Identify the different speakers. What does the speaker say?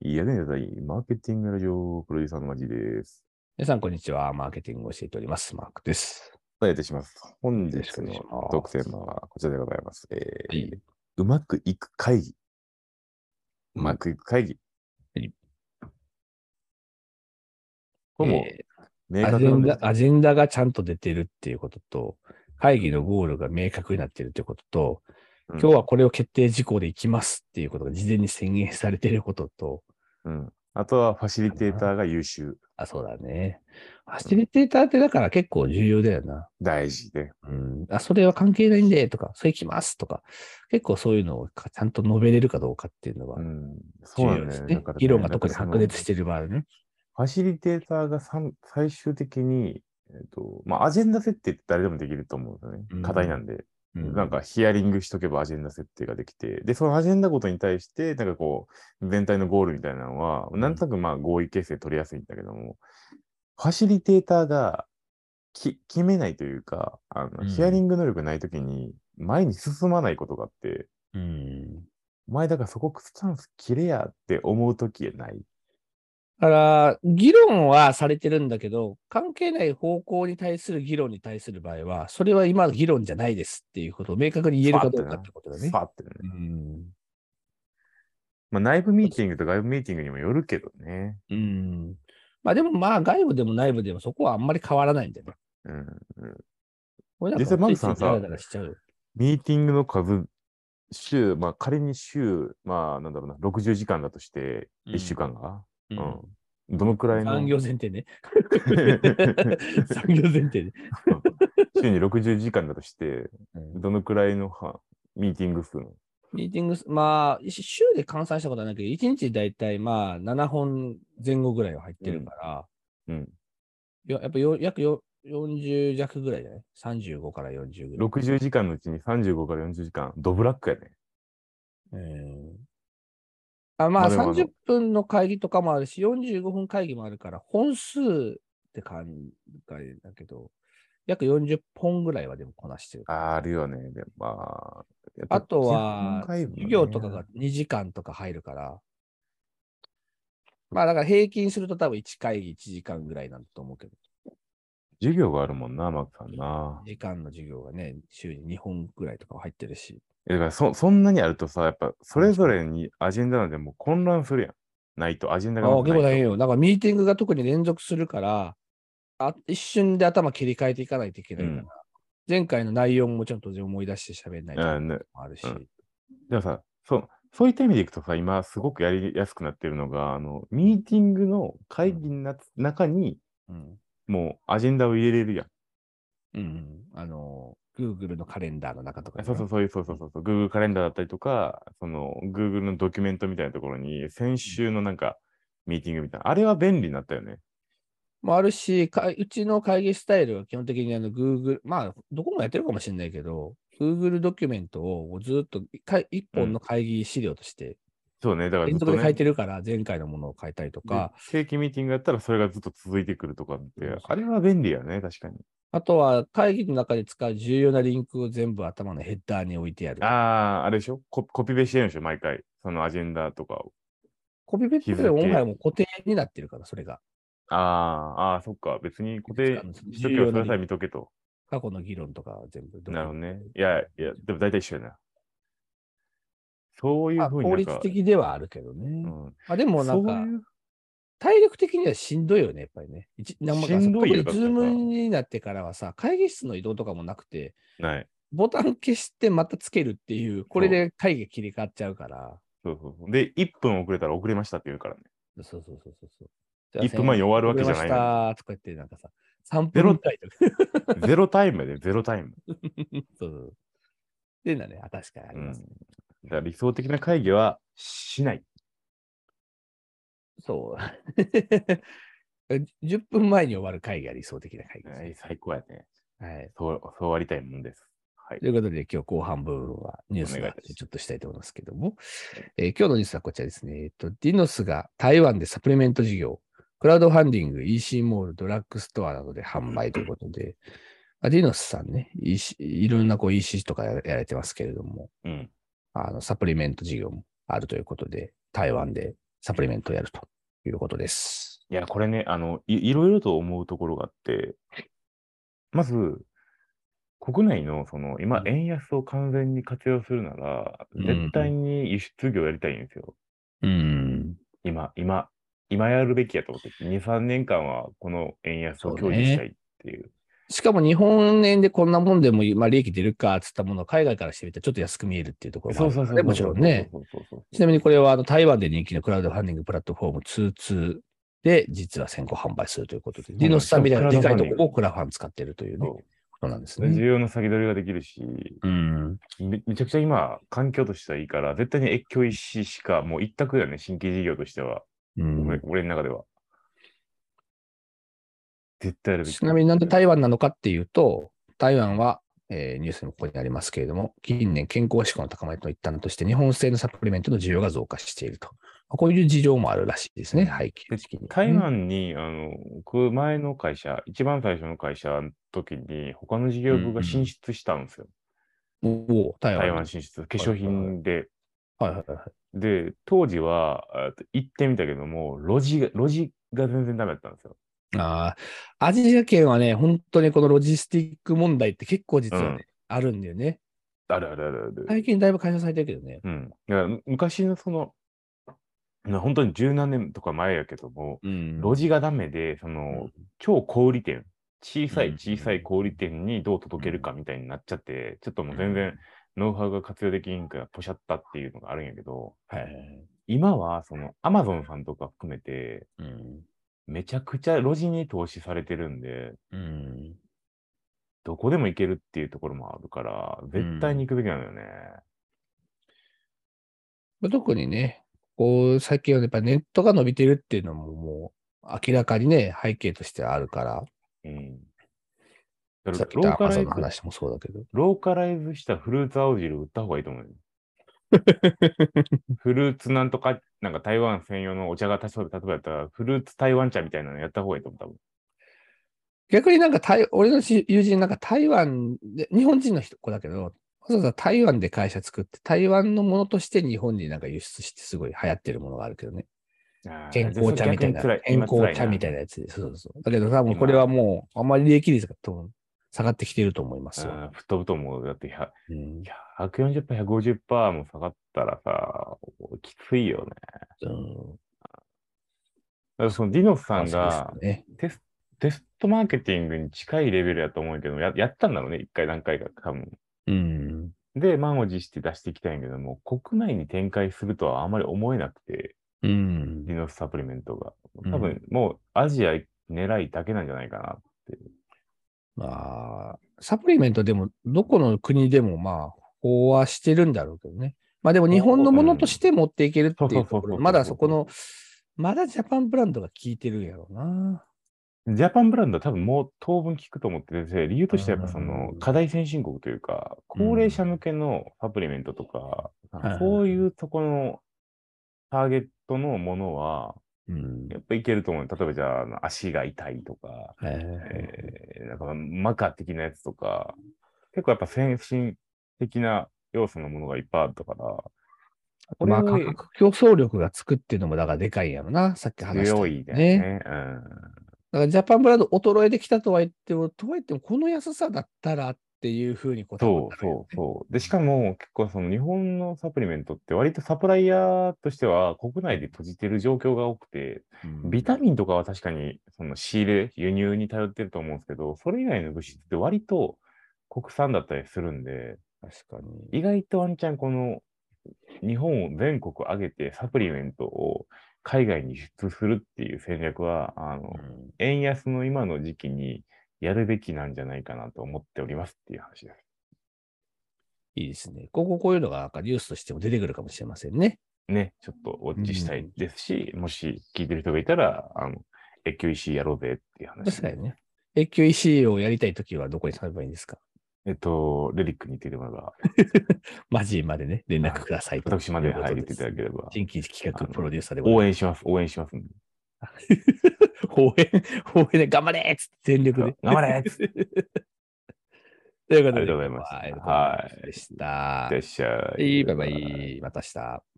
Speaker 1: やめなさい。マーケティングラジオプロデューサーのマジです。
Speaker 2: 皆さん、こんにちは。マーケティングを教えております。マークです。
Speaker 1: お願いいたします。本日
Speaker 2: よろしくお願いしま
Speaker 1: の
Speaker 2: す
Speaker 1: 特典はこちらでございます。えー
Speaker 2: はい。
Speaker 1: うまくいく会議。うまくいく会議。
Speaker 2: はい
Speaker 1: これも
Speaker 2: え
Speaker 1: 明
Speaker 2: ーア
Speaker 1: 確
Speaker 2: ジェ
Speaker 1: なん
Speaker 2: ン
Speaker 1: で
Speaker 2: ダ、アジェンダがちゃんと出てるっていうことと、会議のゴールが明確になってるってことと、
Speaker 1: うん
Speaker 2: 今日はこれを決定事項でいきますっていうことが事前に宣言されてること と、
Speaker 1: うん。あとはファシリテーターが優秀。
Speaker 2: あ、そうだね。ファシリテーターってだから結構重要だよな。
Speaker 1: 大事で。
Speaker 2: うん、あ、それは関係ないんで、とか、それ来ますとか、結構そういうのをかちゃんと述べれるかどうかっていうのは
Speaker 1: うん。そうなん
Speaker 2: 重要で
Speaker 1: だ
Speaker 2: す
Speaker 1: よ
Speaker 2: ね。
Speaker 1: ね。だからね
Speaker 2: 議論が特に白熱
Speaker 1: だからその
Speaker 2: し。てる場合はね。
Speaker 1: ファシリテーターがさん最終的に、えっと、まあ、アジェンダ設定って誰でもできると思うんですよ
Speaker 2: うん
Speaker 1: ね。課題なんで。
Speaker 2: う
Speaker 1: なんかヒアリングしとけばアジェンダ設定ができて、で、そのアジェンダごとに対して、なんかこう、全体のゴールみたいなのは、
Speaker 2: ん
Speaker 1: なんとなくまあ合意形成取りやすいんだけども、ファシリテーターがき決めないというか、あ
Speaker 2: う
Speaker 1: の
Speaker 2: ん
Speaker 1: ヒアリング能力ないときに前に進まないことがあって、
Speaker 2: うん。
Speaker 1: お前だからそこスタンス切れやって思うときない。
Speaker 2: だから、議論はされてるんだけど、関係ない方向に対する議論に対する場合は、それは今の議論じゃないですっていうことを明確に言えるかどうかってことだね。
Speaker 1: さあってね。
Speaker 2: うん。
Speaker 1: まあ内部ミーティングと外部ミーティングにもよるけどね。
Speaker 2: うん。まあでもまあ、外部でも内部でもそこはあんまり変わらないんだよね。
Speaker 1: うん。
Speaker 2: これなんか
Speaker 1: 実際マグさんさ
Speaker 2: ついついダラダラしちゃうよ
Speaker 1: ミーティングの数、週、まあ仮に週、まあなんだろうな、60時間だとして、
Speaker 2: うん
Speaker 1: 1週間が、
Speaker 2: う
Speaker 1: う
Speaker 2: ん
Speaker 1: んどのくらいの
Speaker 2: 産業前提ね。 産業前提ね。
Speaker 1: 週に60時間だとして、
Speaker 2: うん
Speaker 1: どのくらいのはミーティング数の
Speaker 2: ミーティングス、まあ、週で換算したことはないけど、1日だいたいまあ、7本前後ぐらいは入ってるから、
Speaker 1: うん
Speaker 2: よやっぱよ約よ40弱ぐらいじゃない ?35 から40ぐらい。
Speaker 1: ?60 時間のうちに35から40時間、ドブラックやね。
Speaker 2: うんあ
Speaker 1: ま
Speaker 2: まあ、
Speaker 1: あでもあの
Speaker 2: 30分の会議とかもあるし、45分会議もあるから、本数って感じだけど、約40本ぐらいはでもこなしてる。
Speaker 1: あるよね。でまあ、やっぱ
Speaker 2: あとは
Speaker 1: 基本、回部もね
Speaker 2: 授業とかが2時間とか入るから、まあだから平均すると多分1会議1時間ぐらいなんだと思うけど、
Speaker 1: 授業があるもんな、マークさんな。
Speaker 2: 時間の授業がね、週に2本ぐらいとかは入ってるし、
Speaker 1: えだからそ、そんなにあるとさ、やっぱ、それぞれにアジェンダなんてもう混乱するやん。ないと、アジェンダが
Speaker 2: あ
Speaker 1: ま
Speaker 2: あ
Speaker 1: ず
Speaker 2: 結
Speaker 1: ない
Speaker 2: 構
Speaker 1: と
Speaker 2: 大変よ。だからミーティングが特に連続するから、あ一瞬で頭切り替えていかないといけないから、
Speaker 1: うん
Speaker 2: 前回の内容ももちろん当然思い出して喋んないといけない
Speaker 1: うんね
Speaker 2: のもあるし、
Speaker 1: うんでもさ、そう、そういった意味でいくとさ、今すごくやりやすくなってるのが、あの、ミーティングの会議のな中に、
Speaker 2: うん
Speaker 1: もうアジェンダを入れれるやん。
Speaker 2: うんうん、あの、Google のカレンダーの中とかに
Speaker 1: そうそう、そういう、そうそうそうそう、Google カレンダーだったりとか、その、Google のドキュメントみたいなところに、先週のなんか、ミーティングみたいな。あれは便利になったよね。
Speaker 2: もあるし、かうちの会議スタイルは基本的にあの Google、まあ、どこもやってるかもしれないけど、Google ドキュメントをずっと一回一本の会議資料として、
Speaker 1: そうね、だからず
Speaker 2: 連
Speaker 1: っと、
Speaker 2: 続
Speaker 1: ね、
Speaker 2: で変えてるから、前回のものを変えたりと
Speaker 1: で
Speaker 2: か、
Speaker 1: 正規ミーティングやったらそれがずっと続いてくるとかって、
Speaker 2: そうそう
Speaker 1: あれは便利やね、確かに。
Speaker 2: あとは会議の中で使う重要なリンクを全部頭のヘッダーに置いてやる。
Speaker 1: ああ、あれでしょココピペしてるんでしょ毎回。そのアジェンダとかを。
Speaker 2: コピペってもはやもう固定になってるから、それが。
Speaker 1: あーあー、そっか。別に固定
Speaker 2: あの
Speaker 1: しとけ
Speaker 2: 重
Speaker 1: よ、そ
Speaker 2: 要な
Speaker 1: れ
Speaker 2: リ
Speaker 1: さえ
Speaker 2: ン
Speaker 1: 見とけと。
Speaker 2: ク過去の議論とかは全部。
Speaker 1: なるほどね。いや、いや、でも大体一緒やな。そういう
Speaker 2: まあ
Speaker 1: ふうにな
Speaker 2: 効
Speaker 1: んか。
Speaker 2: 率的ではあるけど
Speaker 1: う
Speaker 2: ね。
Speaker 1: ん、
Speaker 2: まあでもなん
Speaker 1: そ
Speaker 2: か
Speaker 1: う、いう
Speaker 2: 体力的にはしんどいよね、やっぱりね。一なんかさ
Speaker 1: しんどいよ
Speaker 2: 特にズームになってからはさ、会議室の移動とかもなくて、
Speaker 1: ない。
Speaker 2: ボタン消してまたつけるっていう、これで会議切り替わっちゃうから。
Speaker 1: そうそうそう。で、1分遅れたら遅れましたって言うからね。
Speaker 2: そうそうそうそうそう。
Speaker 1: 1分前に終わるわけじゃない
Speaker 2: 遅れ
Speaker 1: の
Speaker 2: ましたとか言って、なんかさ、3
Speaker 1: ゼ
Speaker 2: 分
Speaker 1: ロ
Speaker 2: ぐらいとか。
Speaker 1: に。ゼロタイムやで、ゼ ロタイム。
Speaker 2: そうそう。っていうのはね、あ確かにありますね。
Speaker 1: だから理想的な会議はしない。
Speaker 2: そう。10分 前に終わる会議が理想的な会議です
Speaker 1: は
Speaker 2: ね、
Speaker 1: い最高やね。
Speaker 2: はい。
Speaker 1: そう、そうありたいもんです。はい
Speaker 2: と。いうことで、今日後半部分はニュース
Speaker 1: お
Speaker 2: の
Speaker 1: 願い
Speaker 2: 話
Speaker 1: いたします
Speaker 2: ちょっとしたいと思いますけども、えー今日のニュースはこちらですね。えっと、ディノスが台湾でサプリメント事業、クラウドファンディング、EC モール、ドラッグストアなどで販売ということで、まあディノスさんね、EC いろんなこう EC とかやられてますけれども、
Speaker 1: うん。
Speaker 2: あのサプリメント事業もあるということで、台湾でサプリメントをやるということです。
Speaker 1: いや、これね、あの、いいろいろと思うところがあって、まず、国内の、その、今
Speaker 2: う、ん
Speaker 1: 円安を完全に活用するなら、
Speaker 2: うん
Speaker 1: 絶対に輸出業やりたいんですよ。
Speaker 2: うん。
Speaker 1: 今、今、今やるべきやと思って、2、3年間はこの円安を
Speaker 2: そう
Speaker 1: 享
Speaker 2: ね
Speaker 1: 受したいっていう。
Speaker 2: しかも日本円でこんなもんでも、まあ、利益出るかっつったものを海外からしてみたらちょっと安く見えるっていうところもあ
Speaker 1: そう
Speaker 2: る
Speaker 1: そうそ
Speaker 2: から
Speaker 1: う
Speaker 2: ね。もちろんね。。
Speaker 1: そうそうそう
Speaker 2: ちなみにこれはあの台湾で人気のクラウドファンディングプラットフォーム22で実は先行販売するということで、
Speaker 1: そうなんです
Speaker 2: ディノスさんみたいな
Speaker 1: クラ
Speaker 2: で
Speaker 1: ウドファ
Speaker 2: かい
Speaker 1: ン
Speaker 2: と
Speaker 1: ディン
Speaker 2: こ
Speaker 1: グ
Speaker 2: ろをクラファン使ってるというね、こ
Speaker 1: そ
Speaker 2: となんです
Speaker 1: う需
Speaker 2: ね。
Speaker 1: 要の先取りができるし、
Speaker 2: うん。
Speaker 1: めめちゃくちゃ今、環境としてはいいから、絶対に越境一視しか、もう一択だよね、新規事業としては。
Speaker 2: うん
Speaker 1: 俺俺の中では。絶対やるべき。
Speaker 2: ちなみになんで台湾なのかっていうと、台湾は、えーニュースにもここにありますけれども、近年健康志向の高まりの一端として、日本製のサプリメントの需要が増加していると。こういう事情もあるらしいですね、背景的に。
Speaker 1: 台
Speaker 2: うん
Speaker 1: 湾に、あの、僕、前の会社、一番最初の会社の時に、他の事業部が進出したんですよ。
Speaker 2: おお台湾。
Speaker 1: 台湾進出、化粧品で。
Speaker 2: はいはいはい。
Speaker 1: で、当時は、えっと行ってみたけども、路地が、路地が全然ダメだったんですよ。
Speaker 2: ああ、アジア圏はね、本当にこのロジスティック問題って結構実はね、
Speaker 1: うん
Speaker 2: あるんだよね。
Speaker 1: あるあるあるある。
Speaker 2: 最近だいぶ解消されてるけどね。
Speaker 1: うん。だから昔のその、な本当に十何年とか前やけども、
Speaker 2: うん
Speaker 1: 路地がダメで、その、超小売店、小さ
Speaker 2: う
Speaker 1: い
Speaker 2: ん
Speaker 1: 小さい小売店にどう届けるかみたいになっちゃって、ちょっともう全然ノウハウが活用できんからポシャったっていうのがあるんやけど、
Speaker 2: はいはいはい。
Speaker 1: 今はその Amazon さんとか含めて、
Speaker 2: うん。
Speaker 1: めちゃくちゃ路地に投資されてるんで、
Speaker 2: うん。
Speaker 1: どこでも行けるっていうところもあるから、絶対に行くべきなのよね。
Speaker 2: まあ特にね、こう、最近はやっぱネットが伸びてるっていうのももう明らかにね、背景としてあるから、
Speaker 1: うん。だか
Speaker 2: さ
Speaker 1: ら
Speaker 2: っき
Speaker 1: ロ
Speaker 2: 言っ
Speaker 1: ーカ
Speaker 2: たアマ
Speaker 1: ラ
Speaker 2: ゾ
Speaker 1: イ
Speaker 2: ンの
Speaker 1: ズ、
Speaker 2: 話もそうだけど。
Speaker 1: ローカライズしたフルーツ青汁売った方がいいと 思うよ。フルーツなんとか、なんか台湾専用のお茶が足しそうで、例えばやったら、フルーツ台湾茶みたいなのやった方がいいと思う、多分。
Speaker 2: 逆になんか台、俺のし友人なんか台湾で、日本人の人子だけど、わざわざ台湾で会社作って、台湾のものとして日本になんか輸出してすごい流行ってるものがあるけどね。
Speaker 1: あー
Speaker 2: 健康茶みたいな。健康茶みたい。なやつで。そうそうそう。だけど多分これはもう、あんまり利益率が多分下がってきてると思いま
Speaker 1: そ
Speaker 2: すよ。
Speaker 1: 吹っ飛ぶと思う。だって100
Speaker 2: うん
Speaker 1: 140%、150%も下がったらさ、きついよね。だ
Speaker 2: うん。
Speaker 1: からそのディノスさん
Speaker 2: まあ
Speaker 1: が
Speaker 2: そうですね。
Speaker 1: テステストマーケティングに近いレベルやと思うけど、ややったんだろうね、一回何回か多分。
Speaker 2: うん。
Speaker 1: で、満を持して出していきたいんやけども、国内に展開するとはあまり思えなくて、
Speaker 2: うん
Speaker 1: ディノスサプリメントが
Speaker 2: う。ん
Speaker 1: 多分、もうアジア狙いだけなんじゃないかな。
Speaker 2: まあ、サプリメントでも、どこの国でもまあ、飽和してるんだろうけどね。まあでも日本のものとして持っていけるっていう
Speaker 1: そう
Speaker 2: とこ
Speaker 1: そうそうそう
Speaker 2: ろ、
Speaker 1: そう
Speaker 2: まだそこの、まだジャパンブランドが効いてるやろうな。
Speaker 1: ジャパンブランドは多分もう当分聞くと思ってて、理由としてはやっぱその
Speaker 2: うん
Speaker 1: 課題先進国というか、
Speaker 2: うん
Speaker 1: 高齢者向けのサプリメントとか、
Speaker 2: いはい
Speaker 1: そういうとこのターゲットのものは、
Speaker 2: うん
Speaker 1: やっぱいけると思う。例えばじゃああの、足が痛いとか、
Speaker 2: はいはいはい
Speaker 1: えーなんかマカ的なやつとか、結構やっぱ先進的な要素のものがいっぱいあったから、これ
Speaker 2: ま
Speaker 1: を
Speaker 2: あ、価格競争力がつくっていうのも、だからでかいんやろな。さっき話した。
Speaker 1: 強いですね。うん
Speaker 2: だからジャパンブランド衰えてきたとは言っても、とはいっても、この安さだったらっていうふうにこう
Speaker 1: そうそうそう。で、しかも結構その日本のサプリメントって割とサプライヤーとしては国内で閉じてる状況が多くて、
Speaker 2: うん
Speaker 1: ビタミンとかは確かにその仕入れ、輸入に頼ってると思うんですけど、それ以外の物質って割と国産だったりするんで、
Speaker 2: 確かに。
Speaker 1: 意外とワンチャンこの日本を全国上げてサプリメントを海外に輸出するっていう戦略は、あの、
Speaker 2: うん
Speaker 1: 円安の今の時期にやるべきなんじゃないかなと思っておりますっていう話です。
Speaker 2: いいですね。今後こういうのがなんかニュースとしても出てくるかもしれませんね。
Speaker 1: ね、ちょっとウォッチしたいですし、もし聞いてる人がいたら、あの、越境 EC やろうぜっていう話。
Speaker 2: 確かにね。永久 EC をやりたいときはどこに頼めばいいんですか
Speaker 1: えっと、レリックに言っていただければ、
Speaker 2: マジまでね、連絡くださいと
Speaker 1: 私まで、はい、言
Speaker 2: いう
Speaker 1: っ
Speaker 2: こ
Speaker 1: て
Speaker 2: と
Speaker 1: いただければ。
Speaker 2: 新規企画プロデューサーでご
Speaker 1: 応
Speaker 2: ざい
Speaker 1: 援します、応援しますんで。
Speaker 2: ます。 応援、応援で頑張れっつって全力で。
Speaker 1: 頑張れっつっ
Speaker 2: ということで、
Speaker 1: ありがとうございます
Speaker 2: はい。ありがとうございましたでした。
Speaker 1: いらっしゃ
Speaker 2: はい、バイバイ。また明日。